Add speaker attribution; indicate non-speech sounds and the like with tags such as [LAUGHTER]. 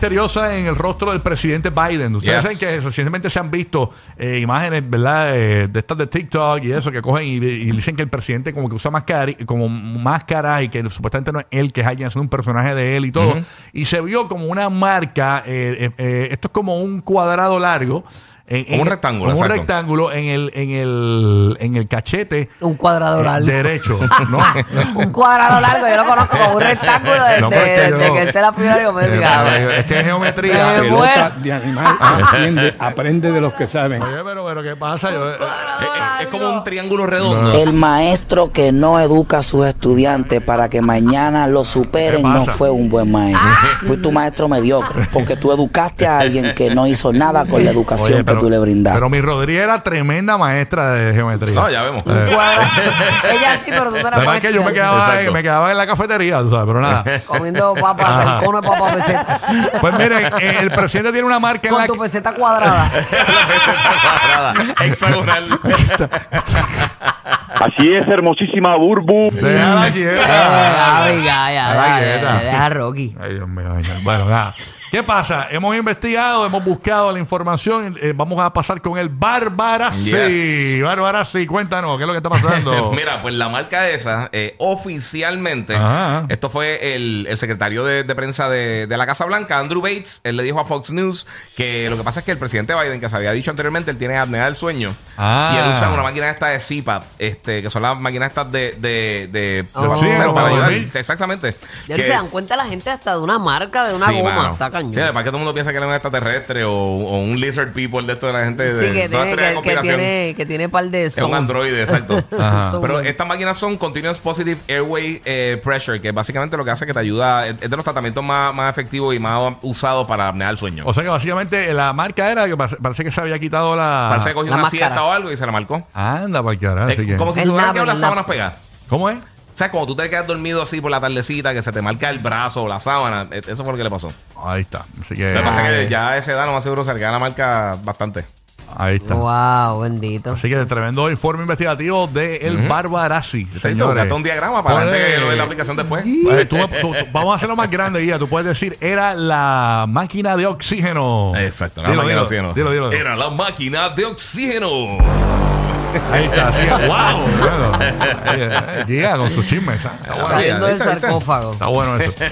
Speaker 1: misteriosa en el rostro del presidente Biden. Ustedes
Speaker 2: Yes.
Speaker 1: saben que recientemente se han visto eh, imágenes, ¿verdad? Eh, de estas de TikTok y eso, que cogen y, y dicen que el presidente como que usa máscara, como máscara y que supuestamente no es él, que es alguien haciendo un personaje de él y todo. Y se vio como una marca, eh, eh, eh, esto es como un cuadrado largo. en-
Speaker 2: Como un
Speaker 1: en-
Speaker 2: rectángulo,
Speaker 1: Como un
Speaker 2: exacto.
Speaker 1: rectángulo en el, en el, en el cachete
Speaker 3: Un cuadrado
Speaker 1: eh,
Speaker 3: largo. Ah,
Speaker 1: derecho. ¿no?
Speaker 3: Un cuadrado largo, yo lo conozco como un rectángulo desde,
Speaker 1: No, porque yo-
Speaker 3: desde que él se la primera geométrica.
Speaker 1: es que es geometría.
Speaker 3: Eh,
Speaker 4: Pelota de animal aprende, aprende de los que saben.
Speaker 1: Oye, pero, pero ¿qué pasa? Yo, eh,
Speaker 2: Es, es- es como un triángulo [LAUGHS] redondo.
Speaker 5: El maestro que no educa a sus estudiantes para que mañana lo superen
Speaker 1: ¿Qué pasa?
Speaker 5: no fue un buen maestro. Fue tu maestro mediocre, porque tú educaste a alguien que no hizo nada con la educación
Speaker 1: oye, pero-
Speaker 5: que tú le brindaste.
Speaker 1: Pero mi Rodríguez era tremenda maestra de geometría.
Speaker 2: No, ya vemos.
Speaker 1: Eh, [LAUGHS]
Speaker 3: Ella sí, pero tú te la
Speaker 1: la verdad es
Speaker 3: pones
Speaker 1: que yo me
Speaker 3: estudiante.
Speaker 1: quedaba,
Speaker 2: Exacto.
Speaker 1: me quedaba en la cafetería, tú sabes, pero
Speaker 3: [LAUGHS]
Speaker 1: nada.
Speaker 3: Comiendo papa,
Speaker 1: Ajá.
Speaker 3: el cono
Speaker 1: [LAUGHS]
Speaker 3: de papa peseta.
Speaker 1: Pues miren, eh, el presidente tiene una marca en
Speaker 3: Con
Speaker 1: la
Speaker 3: tu
Speaker 1: que- [LAUGHS]
Speaker 3: peseta cuadrada. Eh,
Speaker 2: Cuadrada, Este, hexagonal.
Speaker 6: Así es, hermosísima Burbu.
Speaker 1: Déjala quieta.
Speaker 3: Ay, ya, ya,
Speaker 1: Déjala
Speaker 3: dale,
Speaker 1: quieta.
Speaker 3: dale, deja a Rocky.
Speaker 1: Ay, Dios mío, ay, Dios. Bueno, nada. ¿Qué pasa? Hemos investigado, hemos buscado la información. eh, vamos a pasar con el Bárbara Sí.
Speaker 2: Yes.
Speaker 1: Bárbara Sí, cuéntanos, ¿qué es lo que está pasando?
Speaker 2: [LAUGHS] Mira, pues la marca esa, eh, oficialmente,
Speaker 1: Ajá.
Speaker 2: esto fue el, el secretario de, de prensa de, de la Casa Blanca, Andrew Bates, él le dijo a Fox News que lo que pasa es que el presidente Biden, que se había dicho anteriormente, él tiene apnea del sueño.
Speaker 1: Ah.
Speaker 2: Y él usa una máquina esta de CPAP, este, que son las máquinas estas de... de, de-
Speaker 3: Oh.
Speaker 2: de-
Speaker 3: Sí,
Speaker 2: para
Speaker 1: para
Speaker 2: ayudar.
Speaker 1: dormir.
Speaker 2: Exactamente.
Speaker 3: Ya
Speaker 2: Que-
Speaker 3: se dan cuenta la gente hasta de una marca, de una
Speaker 2: Sí,
Speaker 3: goma.
Speaker 2: mano.
Speaker 3: Está cañón.
Speaker 2: Sí, para que todo el mundo piensa que era un extraterrestre o, o un lizard people de esto de la gente de,
Speaker 3: Sí, que
Speaker 2: toda teoría
Speaker 3: tiene,
Speaker 2: de
Speaker 3: que, que
Speaker 2: conspiración.
Speaker 3: tiene, que tiene par de
Speaker 2: Es un
Speaker 3: [LAUGHS] stone.
Speaker 2: androide, exacto.
Speaker 1: Ajá.
Speaker 3: Stone.
Speaker 2: Pero estas máquinas son Continuous Positive Airway eh, Pressure, que básicamente lo que hace es que te ayuda, es es de los tratamientos más, más efectivos y más usados para apnear el sueño.
Speaker 1: O sea que básicamente eh, la marca era que parece, parece que se había quitado la.
Speaker 2: Parece que cogió
Speaker 3: la
Speaker 2: una
Speaker 3: máscara.
Speaker 2: siesta o algo y se la marcó.
Speaker 1: Anda, para carajo,
Speaker 2: Es
Speaker 1: así que-
Speaker 2: como si
Speaker 3: El
Speaker 2: se hubieran
Speaker 3: nabo,
Speaker 2: quedado
Speaker 3: el
Speaker 2: las
Speaker 3: nabo.
Speaker 2: sábanas pegadas.
Speaker 1: ¿Cómo es?
Speaker 2: O sea, cuando tú te quedas dormido así por la tardecita, que se te marca el brazo o la sábana, eh, eso fue lo que le pasó.
Speaker 1: Ahí está. Así que.
Speaker 2: Lo que pasa es
Speaker 1: Eh.
Speaker 2: que
Speaker 3: Ay.
Speaker 2: ya a esa edad, lo más seguro, se le queda la marca bastante.
Speaker 1: Ahí está.
Speaker 3: Wow, bendito.
Speaker 1: Así que tremendo informe investigativo de el Barbarazzi.
Speaker 2: Te buscaste un diagrama para
Speaker 1: Ponle-
Speaker 2: adelante que lo de la aplicación después.
Speaker 1: Eh, tú- tú- tú- vamos a hacerlo más grande, guía. Tú puedes decir, era la máquina de oxígeno.
Speaker 2: Exacto, la
Speaker 1: Dilo,
Speaker 2: máquina
Speaker 1: dilo,
Speaker 2: de oxígeno.
Speaker 1: dilo, dilo, dilo.
Speaker 2: Era la máquina de oxígeno.
Speaker 1: Ahí está. Así
Speaker 2: [LAUGHS]
Speaker 1: que, wow. bueno. Oye, eh, guía con sus chismes. ¿sabes? Está bueno,
Speaker 3: Saliendo
Speaker 2: ahí
Speaker 3: del
Speaker 2: está, ahí está.
Speaker 3: sarcófago.
Speaker 1: está bueno eso.